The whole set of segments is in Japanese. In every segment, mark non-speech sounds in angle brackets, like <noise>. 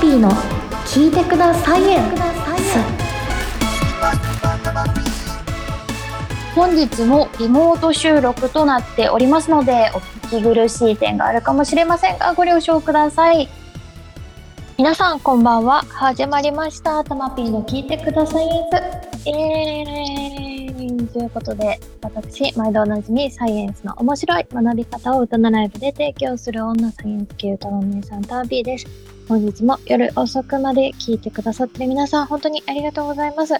ピーの聞いてくださいエンス本日もリモート収録となっておりますのでお聞き苦しい点があるかもしれませんがご了承ください皆さんこんばんは始まりましたたまぴーの聞いてくださいエンスえーということで私毎度おなじみサイエンスの面白い学び方を歌のライブで提供する女サイエンス系歌のお姉さんタービーです本日も夜遅くまで聞いてくださってる皆さん本当にありがとうございます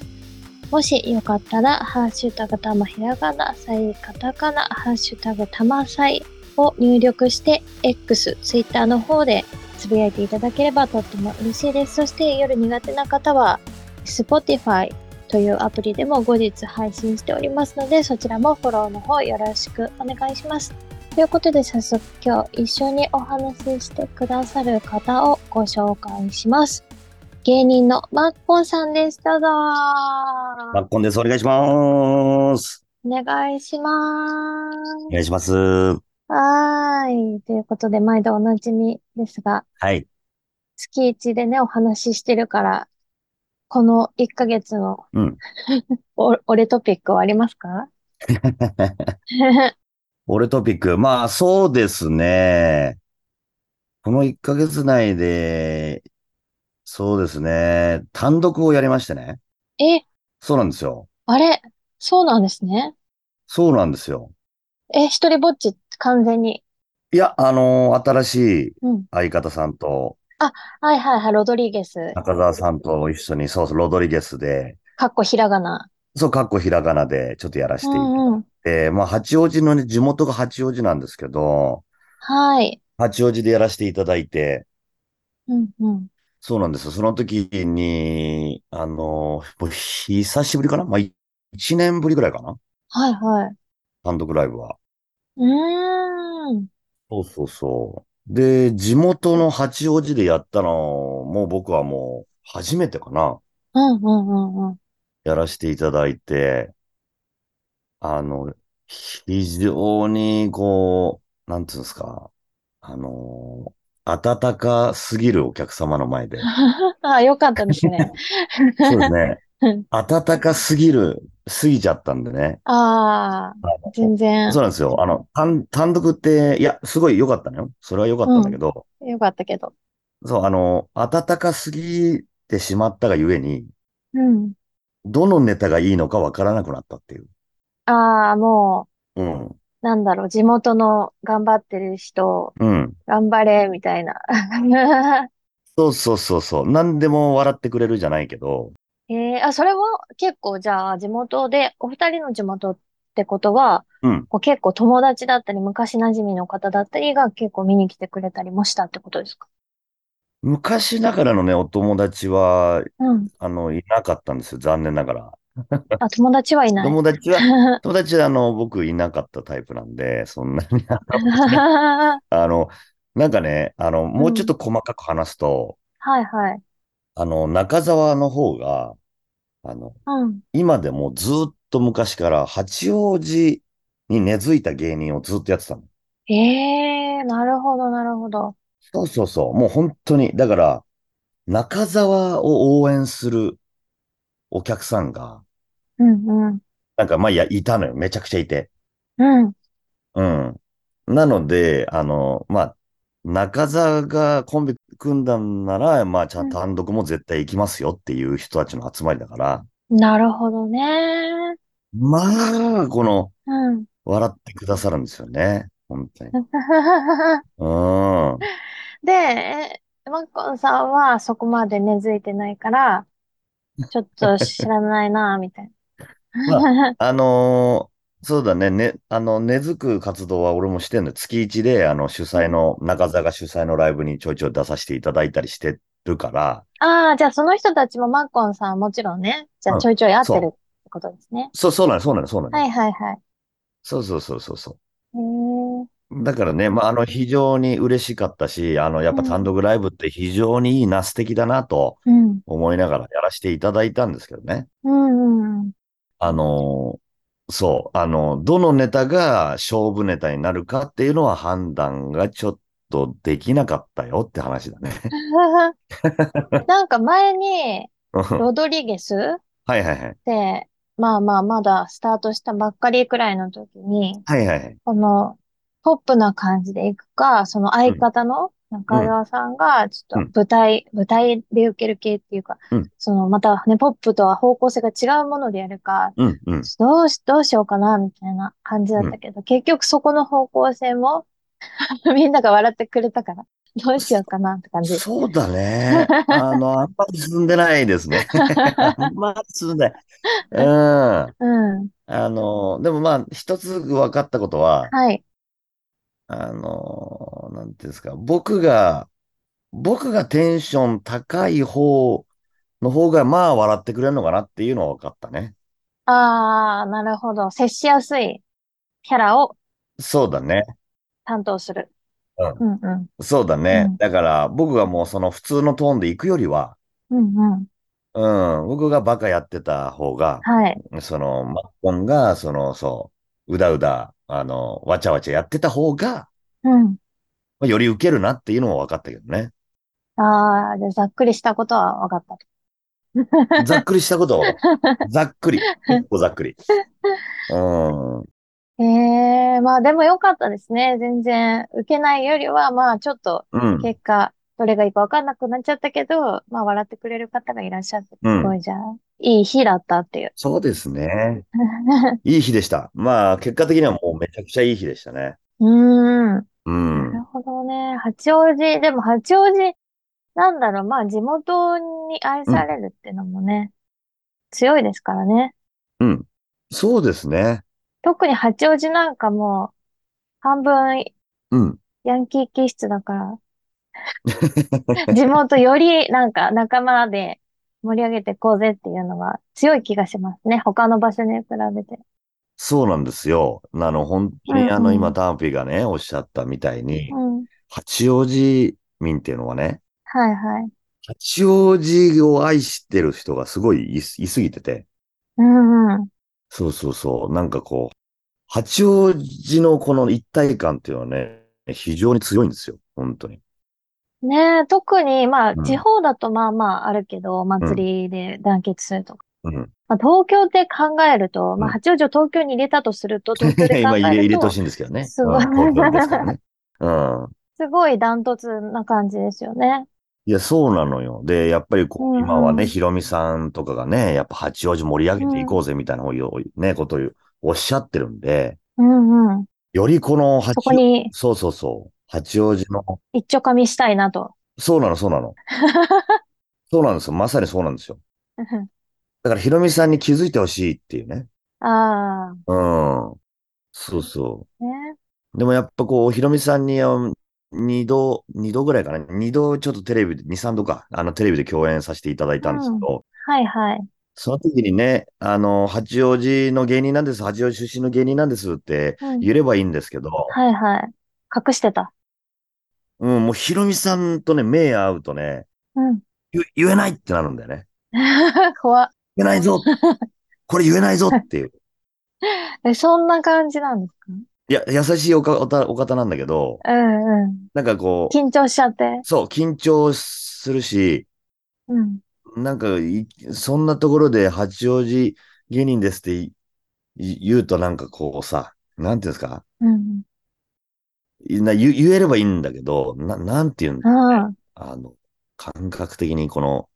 もしよかったら、ハッシュタグたまひらがな、さいカタカナ、ハッシュタグたまさいを入力して、X、Twitter の方でつぶやいていただければとっても嬉しいです。そして夜苦手な方は、Spotify というアプリでも後日配信しておりますので、そちらもフォローの方よろしくお願いします。ということで早速今日一緒にお話ししてくださる方をご紹介します。芸人のマッコンさんです。どうぞマッコンです。お願いします。お願いしまおす。願いします。ははーい。ということで、毎度おなじみですが、い。 <laughs> 月一でね、お話ししてるから、この1ヶ月のうん。 <laughs> お、俺トピックはありますか <laughs> 俺トピック。まあ、そうですね。この1ヶ月内で、そうですね。単独をやりましてね。え、そうなんですよ。あれ、そうなんですね。そうなんですよ。え、一人ぼっち、完全に。いや、あの新しいうん。相方さんと、はいはいはい、ロドリゲス。中澤さんと一緒に、そうそう、ロドリゲスで、かっこひらがな。そう、かっこひらがなで、ちょっとやらせうていただいんうん。て、まあ、八王子のね、地元が八王子なんですけど、はい。八王子でやらせていただいて、うんうん。そうなんですよ。その時に、あの、もう久しぶりかなまあ、い一年ぶりぐらいかなはいはい。単独ライブは。うーん。そうそうそう。で、地元の八王子でやったの、もう僕はもう初めてかなうんうんうん <laughs> うん。やらせていただいて、あの、非常にこう、なんていうんですか、あの、温かすぎるお客様の <laughs> 前で、あ、よかったです <laughs> ね。そうですねうん、温かすぎる、過ぎちゃったんでね。ああ、全然そうなんですよ。あの、単、単独って、いや、すごい良かったのよ。それは良かったんだけど、よかったけど。そう、あの、温かすぎてしまったがゆえに、うん。どのネタがいいのかわからなくなったっていう。ああ、もうん。う、なんだろう、地元の頑張ってる人、うん。頑張れ、みたいな。 <laughs> そうそうそうそう。何でも笑ってくれるじゃないけど、ええあ、それは結構、じゃあ、地元で、お二人の地元ってことは、うんこう結構友達だったり、昔馴染みの方だったりが結構見に来てくれたりもしたってことですか昔ながらのね、お友達は、うん。あの、いなかったんですよ。残念ながら。あ、友達はいない。友達は、 <laughs> 友達は、あの、僕いなかったタイプなんで、そんなに、はあの、なんかね、あの、もうちょっと細かく話すと、い <laughs> はい。あの、中沢の方が、あの、うん。今でもずっと昔から八王子に根付いた芸人をずっとやってたの。ええなるほど、なるほど。そうそうそう。もう本当に、だから、中沢を応援するお客さんが、うん、うん、なんか、まあ、いや、いたのよ。めちゃくちゃいて。うん、うん。なので、あの、まあ、中沢がコンビ組んだんなら、まあ、ちゃんと単独も絶対行きますよっていう人たちの集まりだから、なるほどね。まあ、この、うん。笑ってくださるんですよね。本当に。うん。で、えマッコンさんはそこまで根付いてないから、ちょっと知らないな、みたいな。あのーそうだね。ね、あの、根付く活動は俺もしてんの。月一で、あの、主催の、中澤が主催のライブにちょいちょい出させていただいたりしてるから、 <laughs> ああ、じゃあその人たちもマッコンさんはもちろんね、じゃあちょいちょい会ってるってことですね。そう、そうなの、そうなの、そうなの。はいはいはい。そうそうそうそうそへえ。う。だからね、まあ、あの、非常に嬉しかったし、あの、やっぱ単独ライブって非常にいいな、素敵だなとうん。思いながらやらせていただいたんですけどね。うんうんあのーそう、あの、どのネタが勝負ネタになるかっていうのは判断がちょっとできなかったよって話だね。 <laughs> なんか前に、はロドリゲスっいはいはい。て、まあまあまだスタートしたばっかりくらいの時に、はいはいはい。このポップな感じでいくか、その相方の中澤さんが、ちょっと舞台、舞台で受ける系っていうかうん、そのまたね、ポップとは方向性が違うものでやるか、うんうん。どうし、どうしようかな、みたいな感じだったけど、結局そこの方向性も、 <laughs> みんなが笑ってくれたから、どうしようかなって感じ。そうだね。あの、あんまり進んでないです <laughs> ね。あんまり進んでない。うん。うん。あの、でもまあ、一つ分かったことは、はい。あの、なんていうんですか、僕が、僕がテンション高い方の方が、まあ、笑ってくれるのかなっていうのは分かったね。ああ、なるほど。接しやすいキャラをそうだね。担当する。ううんうん。そうだね。うんだから、僕がもうその普通のトーンで行くよりは、うんうん。うん、僕がバカやってた方が、はい。その、マッコンが、その、そう、うだうだ、あの、わちゃわちゃやってた方が、うん。まあよりウケるなっていうのも分かったけどね。ああ、で、ざっくりしたことは分かった。ざっくりしたことを、ざっくり、結構ざっくり。うん。ええまあでも良かったですね。全然、受けないよりは、まあちょっと、うん。結果、どれがいいか分かんなくなっちゃったけど、まあ笑ってくれる方がいらっしゃって、うすんごいじゃあ、いい日だったっていう。 <laughs> そうですね。いい日でした。まあ、結果的にはもうめちゃくちゃいい日でしたね。うーん。うなるん。ほどね。八王子、でも八王子、なんだろう、まあ地元に愛されるってのもね、強いですからね。うん。そうですね。特に八王子なんかもう、半分うん。ヤンキー気質だから、 <laughs> 地元よりなんか仲間で盛り上げてこうぜっていうのが強い気がしますね。他の場所に比べて。そうなんですよ。あの、本当にあうんうの、ん今、ターンピーがね、おっしゃったみたいにう、ん。八王子民っていうのはね、はいはい。八王子を愛してる人がすごいいすいすぎてて、うんうん。そうそうそう、なんかこう、八王子のこの一体感っていうのはね、非常に強いんですよ。本当に。ねえ、特に、まあうん地方だとまあまああるけど、お祭りで団結するとかうん。まあ、東京って考えると、まあ、うん八王子を東京に入れたとする <laughs> と、東京で考今入れ、え入るれてと、ほしいんですけどね。すごいうん東京ですからね。うん。すごいダントツな感じですよね。いや、そうなのよ。で、やっぱりこうんうんう、今はね、ヒロミさんとかがね、やっぱ八王子盛り上げていこうぜみたいなことをね、ことをおっしゃってるんで、うんうん。よりこの八そこ王子、にそうそうそう、八王子の、一丁噛みしたいなと。 <laughs> そうなの、そうなの。そうなんですよ。まさにそうなんですよ。だからヒロミさんに気づいてほしいっていうね。あうん。そうそあ、ね。う。でもやっぱこう、ヒロミさんに、あの二度、二度ぐらいかな。二度ちょっとテレビで、二三度か。あの、テレビで共演させていただいたんですけど、はいはい。その時にね、あの、八王子の芸人なんです、八王子出身の芸人なんですってうん言えればいいんですけど、はいはい。隠してた。うん、もうヒロミさんとね、目合うとね、うん。ゆ言えないってなるんだよね。 <laughs> 怖っ言えないぞこれ言えないぞっていう。え、そんな感じなんですかいや、優しいおかおたお方なんだけど、うんうん。なんかこう、緊張しちゃって。そう、緊張するし、うん。なんかい、そんなところで八王子芸人ですっていい言うとなんかこうさ、なんていうんですかうん。いな言言えればいいんだけど、ななんていうんだうん。あの、感覚的にこの、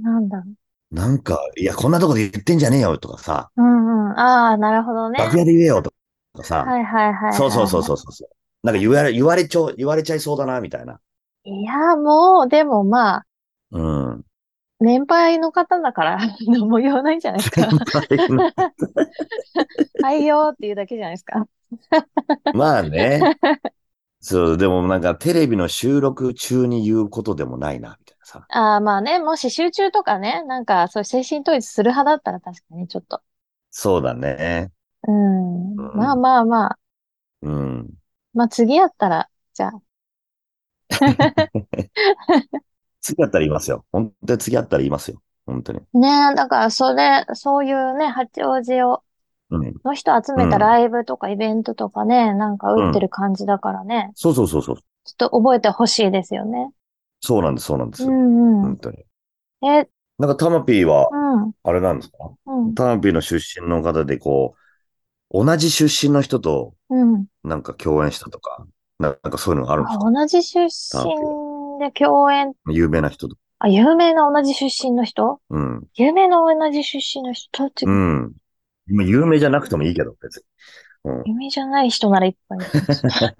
なんだろなんか、いや、こんなとこで言ってんじゃねえよとかさ、う。うんうん。ああ、なるほどね。楽屋で言えよとかさ、はいはいはいそうそうそうはい。そうそう。なんか言われ、言われちゃう、言われちゃいそうだな、みたいな。いや、もう、でもまあ、うん。 <laughs> 年配の方だから、 <laughs> 何も言わないじゃないです <laughs> か。はいよーっていうだけじゃないですか。まあね。そう、でもなんかテレビの収録中に言うことでもないな、みたいなさ。ああ、まあね、もし集中とかね、なんかそういう精神統一する派だったら確かにちょっと。そうだね。うん。まあまあまあ、うん。まあ次やったら、じゃあ。次やったら言いますよ。本当に次やったら言いますよ。本当に。ねえ、だからそれ、そういうね、八王子をうん。の人集めたライブとかイベントとかね、なんか打ってる感じだからね、そうそうそうそう。ちょっと覚えてほしいですよね。そうなんです、そうなんですうよ。んうん本。当に。え、なんかタマピーはう、ん、あれなんですかうん、タマピーの出身の方で、こう、同じ出身の人とうん。なんか共演したとか、なんかそういうのがあるんですあか同じ出身で共演、有名な人と。あ、有名な同じ出身の人うん。有名な同じ出身の人って、うん。今有名じゃなくてもいいけど、別に。うん。有名じゃない人ならいっぱいいるか <laughs> もしれ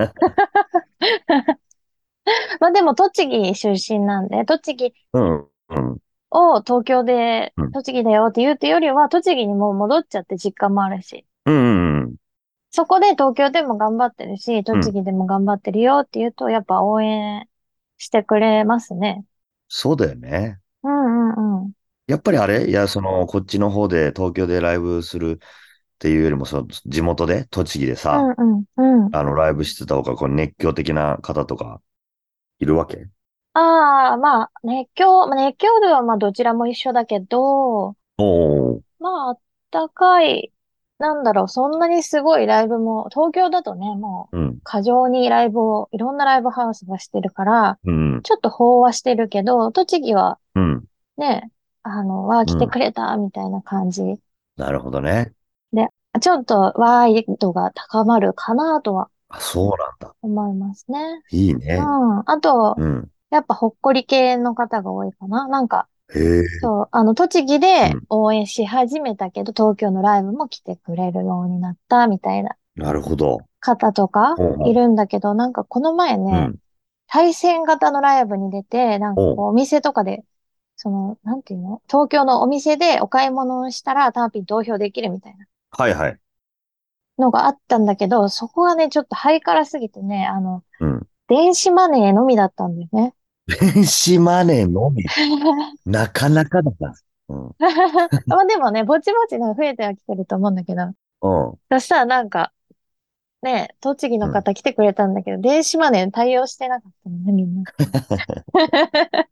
<laughs> ない。まあでも、栃木出身なんで、栃木うん。うん。を東京でうん、栃木だよって言うってよりは、栃木にもう戻っちゃって実家もあるし、うん。うん。そこで東京でも頑張ってるし、栃木でも頑張ってるよって言うと、やっぱ応援してくれますね。そうだよね。うんうんうん。やっぱりあれいや、その、こっちの方で、東京でライブするっていうよりも、その、地元で、栃木でうさ、んうんうん。あの、ライブしてた方が、こう、熱狂的な方とか、いるわけああ、まあ、熱狂、まあ熱狂度はまあどちらも一緒だけど、おお。まあ、あったかい、なんだろう、そんなにすごいライブも、東京だとね、もう、うん。過剰にライブを、いろんなライブハウスがしてるから、うん。ちょっと飽和してるけど、栃木はうん。ね、あの、わあ、来てくれた、みたいな感じ。なるほどね。ちょっと、わーい度が高まるかなとはあ、そうなんだ。思いますね。いいうね。ん。あと、うん。やっぱほっこり系の方が多いかな。なんか、へえ。そう、あの、栃木でうん応援し始めたけど、東京のライブも来てくれるようになったみたいななるほど。方とかうんうんいるんだけど、なんかこの前うね、ん。対戦型のライブに出て、なんかこう、お店とかで、その、なんていうの東京のお店でお買い物をしたら、ターピン投票できるみたいなはいはい。のがあったんだけど、そこがね、ちょっとハイカラすぎてね、あの、うん。電子マネーのみだったんだよ <laughs> ね。電子マネーの <laughs> み、なかなかだな。うん。うん。まあでもね、ぼちぼちなんか増えてはきてると思うんだけど、そしたらなんか、ねえ、栃木の方来てくれたんだけど、電子マネー対応してなかったのね、みん <laughs> な。だか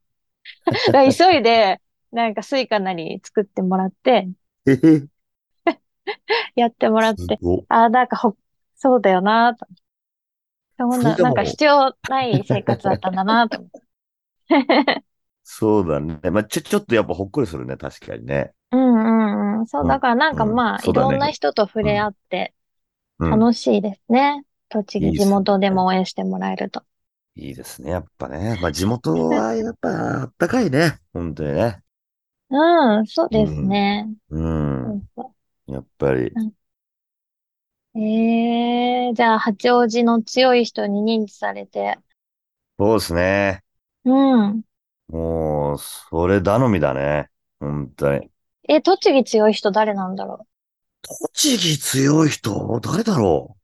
ら急いで、なんかスイカなり作ってもらって、えへ。やってもらっすて、ごああ、なんかほ、そうだよなと。そんそれな、でもなんか必要ない生活だったんだなと思って。そうだね。まあ、ちょ、ちょっとやっぱほっこりするね。確かにね。うんうんうん。そうう、んだからなんかうんまあ、いそうだねろんな人と触れ合ってうん。楽しいですね。栃木、いいです地ね元でも応援してもらえると。いいですね。やっぱね。まあ、地元はやっぱあったかいね。本当にね。うん、そうですね。うん。やっぱり。ええー、じゃあ、八王子の強い人に認知されて。そうですね。うん。もう、それ頼みだね。本当に。え、栃木強い人誰なんだろう栃木強い人誰だろ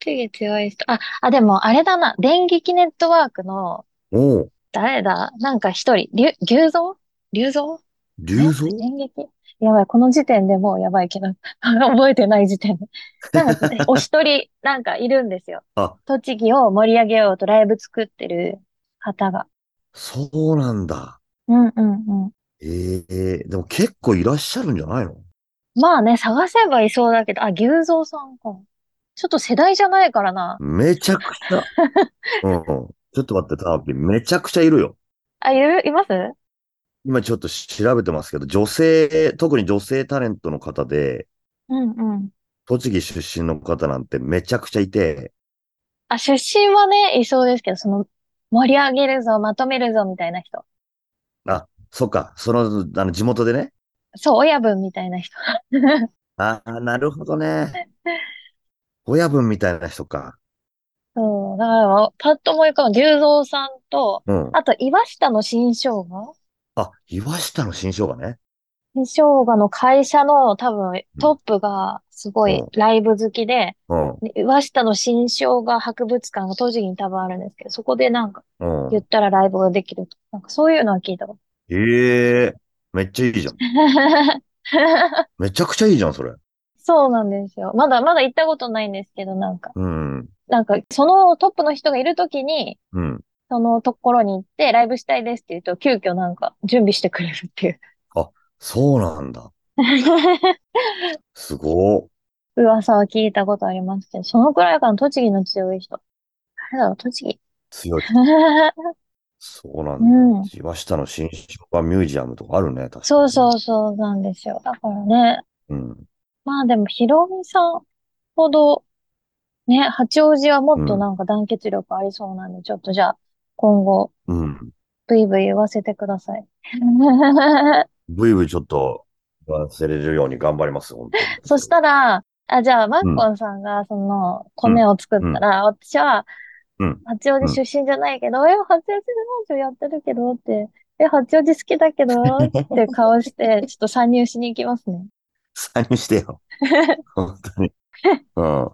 栃木強い人。あ、あ、でも、あれだな。電撃ネットワークの、うおう。誰だなんか一人。りゅ、牛蔵竜蔵竜像電撃。やばい、この時点でもうやばいけど、 <laughs> 覚えてない時 <laughs> 点で。なんか、お一人、なんかいるんですよあ。栃木を盛り上げようとライブ作ってる方が。そうなんだ。うんうんうん。ええでも結構いらっしゃるんじゃないのまあね、探せばいそうだけど、あ、牛蔵さんか。ちょっと世代じゃないからな。めちゃくち <laughs> ゃ。うんうん。ちょっと待って、ターピン。めちゃくちゃいるよ。あ、いる、いますう今ちょっと調べてますけど、女性、特に女性タレントの方で、んうん。栃木出身の方なんてめちゃくちゃいて、あ、出身はね、いそうですけど、その、盛り上げるぞ、まとめるぞ、みたいな人。そっか、その、あの、地元でね。そう、親分みたいな人。ああ、なるほどね。 <laughs> 親分みたいな人か。そう、だから、パッと思い浮かぶ牛蔵さんと、うん。あと、岩下の新生姜あ、岩下の新生姜ね。新生姜の会社の多分、トップが、すごいうん、ライブ好きで、うん。で岩下の新生姜博物館が栃木に多分あるんですけど、そこでなんか、うん。言ったらライブができると。なんかそういうのは聞いたこええめっちゃいいじゃん。と。めちゃくちゃいいじゃん、それ。 <laughs> そうなんですよ。まだまだ行ったことないんですけど、なんか、うん。なんか、そのトップの人がいるときに、うん。そのところに行って、ライブしたいですって言うと、急遽なんか、準備してくれるっていう。そうなんだ。すごっ。噂は聞いたことありますけど、そのくらいかな、栃木の強い人。誰だろう、栃木。 <laughs> 強い。そうなんうんだ。千葉下の新生姜ミュージアムとかあるね、確かに。そうそうそうなんですよ。だからね、うん。まあでも、ひろみさんほど、ね、八王子はもっとなんか団結力ありそうなんで、ちょっとじゃあ、今後、うん。ブイブイ言わせてください。ブイブイちょっと忘れるように頑張ります、本当に。そしたら、あ、じゃあ、マッコンさんが、その、米を作ったら、私はうん、八王子出身じゃないけど、え、八王子でラジオやってるけどって、え、八王子好きだけどって顔 <laughs> して、ちょっと参入しに行きますね。参入して <laughs> よ。本当に。うん。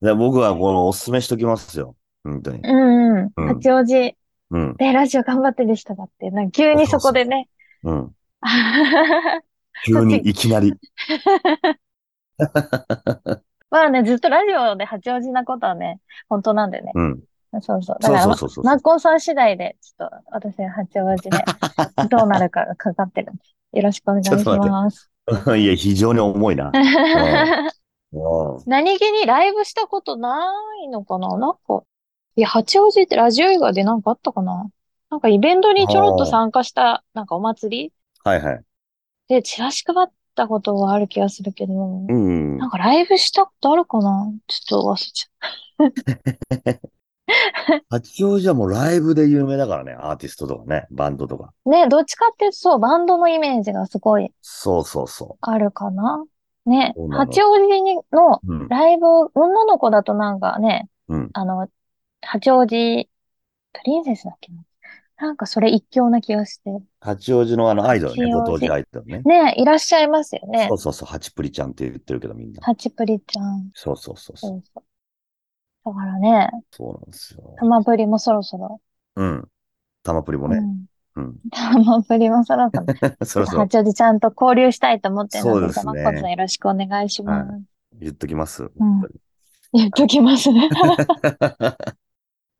で僕はこのおすすめしときますよ。本当に。うんうん。うん八王子でうん。ラジオ頑張ってでしただって、なんか急にそこでね。 <laughs> うん。急にいきな <laughs> り。まあね、ずっとラジオで八王子なことはね、本当なんでね。うん。そうそう。だかそうらそう、そうそう。マッコンさん次第で、ちょっと私、八王子で <laughs> どうなるかがかかってるんで、よろしくお願いしちょっと待ってます。いや、非常に重 <laughs> いな。うん何気にライブしたことないのかななんか、いや、八王子ってラジオ以外でなんかあったかななんかイベントにちょろっと参加した、なんかお祭りはいはい。で、チラシ配ったことはある気がするけど、うん。なんかライブしたことあるかなちょっと忘れちゃっ八王子はもうライブで有名だからね。アーティストとかね。バンドとか。た。ね、どっちかっていうとそう、バンドのイメージがすごいそうそうそあるかなねそう、なの八王子にの、う。うん。ライブ、女の子だとなんかね、うん。あの、八王子、プリンセスだっけな。なんかそれ一強な気がして。八王子のあのアイドルね。八王ご子当地アイドルね。ねえ、いらっしゃいますよねそ。うそうそう。ハチプリちゃんって言ってるけどみんな。八プリちゃん。そうそうそうそ。そううそう。だからね、そうなんですよ。玉プリもそろそろ。うん。玉プリもうね。ん。うん。 <laughs> 玉プリもそろそろ。そろそろ八王子ちゃんと交流したいと思ってるのそうで、ですね玉子さんよろしくお願いします。は言っときます。うん。言っときます <laughs> ね。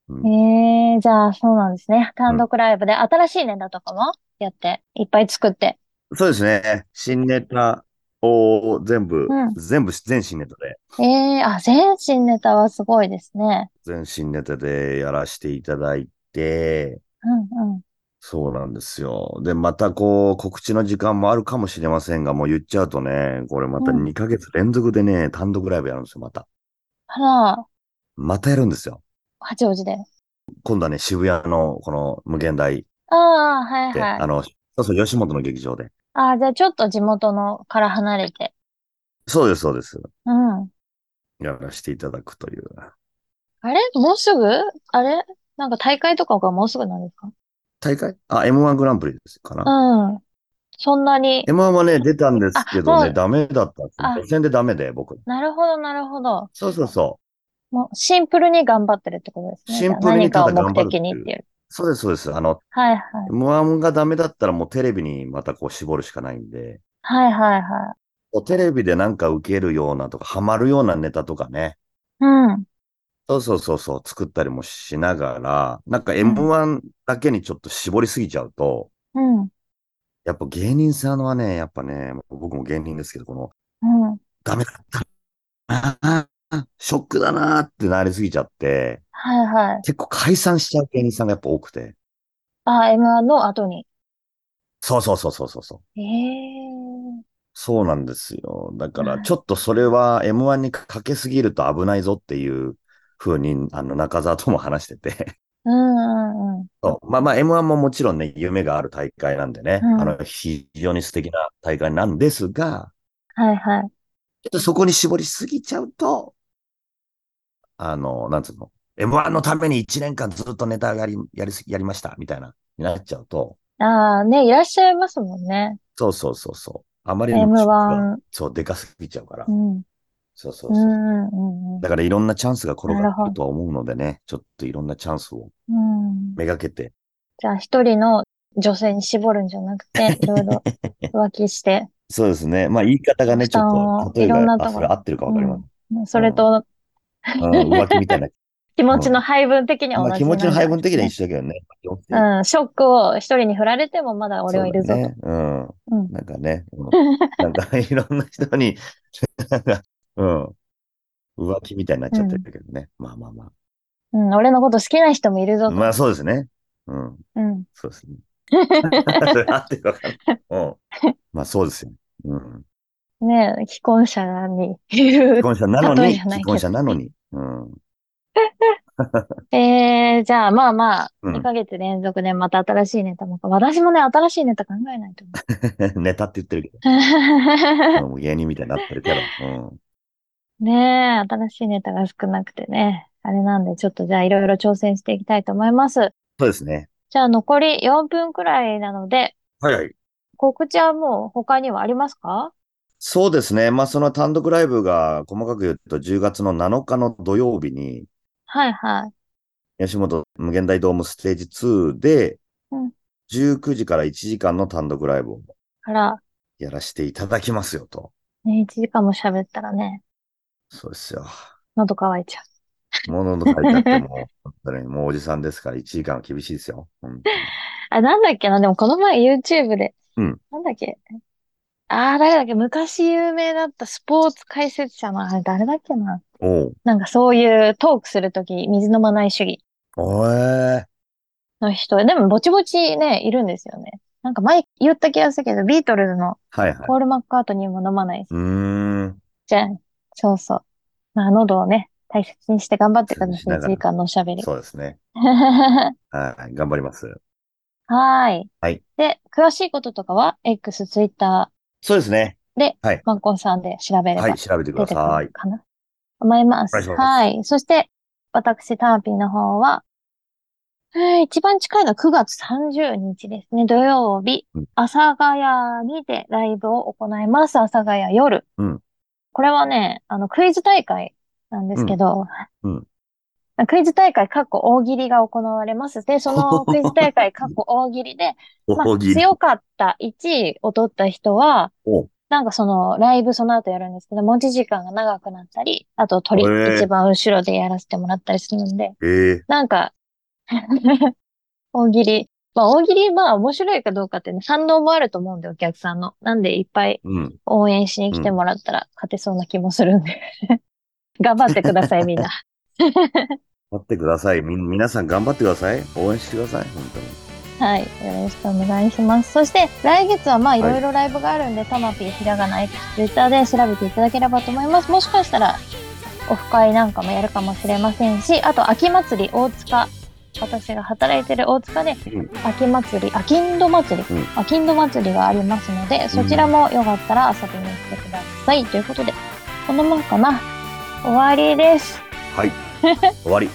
うんえー、じゃあそうなんですね。単独ライブで新しいネタとかもやって、いっぱい作って。 <laughs> そうですね。新ネタを全部、うん全部、全新ネタで、ええあ、全身ネタはすごいですね。全新ネタでやらせていただいて、うんうん。そうなんですよ。で、またこう、告知の時間もあるかもしれませんが、もう言っちゃうとね、これまたうん2ヶ月連続でね、単独ライブやるんですよ、また。あら、またやるんですよ。八王子で。今度はね、渋谷のこの無限大ああ、はいで、はい。あの、そうそう、吉本の劇場で。ああ、じゃあちょっと地元のから離れて。そうです、そうです。うん。やらせていただくという。あれもうすぐあれなんか大会とかがもうすぐなんですか大会あ、M1 グランプリですかな。うん。そんなに。 M1 はね、出たんですけどあもね、うダメだったんですよあ予選でダメで、僕。なるほど、なるほど。そうそうそう。もうシンプルに頑張ってるってことですね。シンプルにじゃあ何かをただ頑張る目って的いうにっていう。そうです、そうです。あの、はいはい。 M1 がダメだったらもうテレビにまたこう絞るしかないんで、はいはいはい。こうテレビでなんか受けるようなとか、ハマるようなネタとかね。うん。そうそうそうそう、作ったりもしながら、なんか M1 だけにちょっと絞りすぎちゃうと、うん。やっぱ芸人さんはね、やっぱね、僕も芸人ですけど、この、うん。ダメだったなあショックだなってなりすぎちゃって、はいはい。結構解散しちゃう芸人さんがやっぱ多くて。あ、M1 の後に。そうそうそうそうそうそう。ええ。そうなんですよ。だかうら、んちょっとそれは M1 にかけすぎると危ないぞっていう風に、あの、中澤とも話してて。うんうんうん。そうまあまあ、M1 ももちろんね、夢がある大会なんでね、うんあの、非常に素敵な大会なんですが、はいはい。ちょっとそこに絞りすぎちゃうと、あの、なんつうの、M1 のために1年間ずっとネタやり、やりす、やりました、みたいな、になっちゃうと、ああ、ね、いらっしゃいますもんね。そうそうそうそう。あまりにもチップが M1。そう、でかすぎちゃうからう。ん。そうそううそう。んうんうんだからいろんなチャンスが転がなるってほどるとは思うのでね、ちょっといろんなチャンスをうん。めがけて、じゃあ、一人の女性に絞るんじゃなくて、いろい <laughs> ろ浮気して、そうですね。まあ言い方がね、負ちょ担っをと、例えいろんばな、とこあ、ろそれ合ってるかわかりません。それとうん浮気み <laughs> たいな。気持ちの配分的にはま同あじ気持ちの配分的にはに一緒だけどね。うん、ショックを一人に振られてもまだ俺はいるぞそと。うだね。うん。うん。 <laughs> <laughs> なんかね、うんなんかいろんな人に、なんか、うん。浮気みたいになっちゃってるけどね。まあまあまうん、俺のこと好きな人もいるぞあ。と。まあそうですね。うん。うん。そうですね。 <laughs> なんていうのかな。 <laughs> うん。まあそうですよ。うん。ねえ既婚者にいる既。婚者なの例えに、じゃない既けど婚者なのに。うん。 <laughs> えー、じゃあまあまあ、うん2ヶ月連続でまた新しいネタもか。私もね、新しいネタ考えないと思う。ネタって言ってるけど、もう芸人みたいになってるけど。うん。 <laughs> ねえ、新しいネタが少なくてね。あれなんで、ちょっとじゃあいろいろ挑戦していきたいと思います。そうですね。じゃあ残り4分くらいなので、はいはい。告知はもう他にはありますかそうですね。まあその単独ライブが細かく言うと10月の7日の土曜日に、はいはい。吉本無限大ドームステージ2でうん、 19時から1時間の単独ライブをから、やらせていただきますよと。ね、1時間も喋ったらね、そうですよ。喉乾いちゃう。ものの書いてあっても、本当にもうおじさんですから1時間は厳しいですよ。本当にあ、なんだっけな、でもこの前 YouTube で、うんなんだっけ。ああ、誰だっけ、昔有名だったスポーツ解説者の、あれ誰だっけな。おう。なんかそういうトークするとき、水飲まない主義おえの人、でもぼちぼちね、いるんですよね。なんか前言った気がするけど、ビートルズのはいはい。ポール・マッカートニーも飲まないうーん。じゃん。そうそう。まあ、喉をね、大切にして頑張ってください。しな1がら時間のおしゃべり。そうですね。 <laughs> ははい。頑張ります。ーい。はいで、詳しいこととかは、X、Twitter、そうですね。マンコンさんで調べればはい。調べてく出だてくるさいの。かな思います。お願いしますはい。そして、私、ターピーの方は、えー一番近いのは9月30日ですね。土曜日うん、阿佐ヶ谷にてライブを行います。阿佐ヶ谷夜。うんこれはね、あの、クイズ大会なんですけど、うんクイズ大会、かっこ大喜利が行われます。で、そのクイズ大 <laughs> 会、かっこ大喜利で、まあ大喜利強かった1位を取った人はお、なんかそのライブその後やるんですけど、持ち時間が長くなったり、あと取り、へー一番後ろでやらせてもらったりするんで、ええなんか、大喜利。まあ大喜利、まあ面白いかどうかってね、反応もあると思うんで、お客さんの。なんでいっぱいうん。応援しに来てもらったら勝てそうな気もするんで。 <laughs> 頑張ってください、みんな。待ってください。み、皆さん頑張ってください。応援してください。本当に。はい、よろしくお願いします。そして来月はまあいろいろライブがあるんで、たまぴーひらがな X ツイッターで調べていただければと思います。もしかしたらオフ会なんかもやるかもしれませんし、あと秋祭り大塚、私が働いてる大塚でうん秋祭り、秋んど祭り、うん秋んど祭りがありますので、そちらもよかったら遊びに来てください。ということで、このもんかな。終わりです。 <laughs> はい。終わり。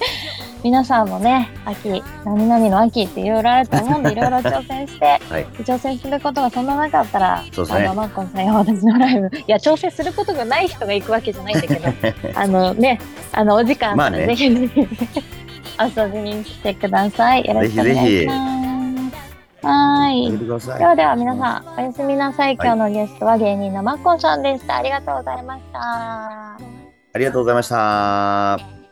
皆さんもね秋何々の秋っていろいろあると <laughs> 思うんでいろいろ挑戦して、い挑戦することがそんななかったら、そうですあねのマッコンさんや私のライブいや挑戦することがない人が行くわけじゃないんだけ <laughs> どあのねあのお時間あったらまあぜねひぜひぜひ遊びに来てくださいよろしくお願いしますはやめいてください。ではでは皆さんおやすみなさい今日のゲストは芸人のマッコンさんでしたありがとうございましたありがとうございました。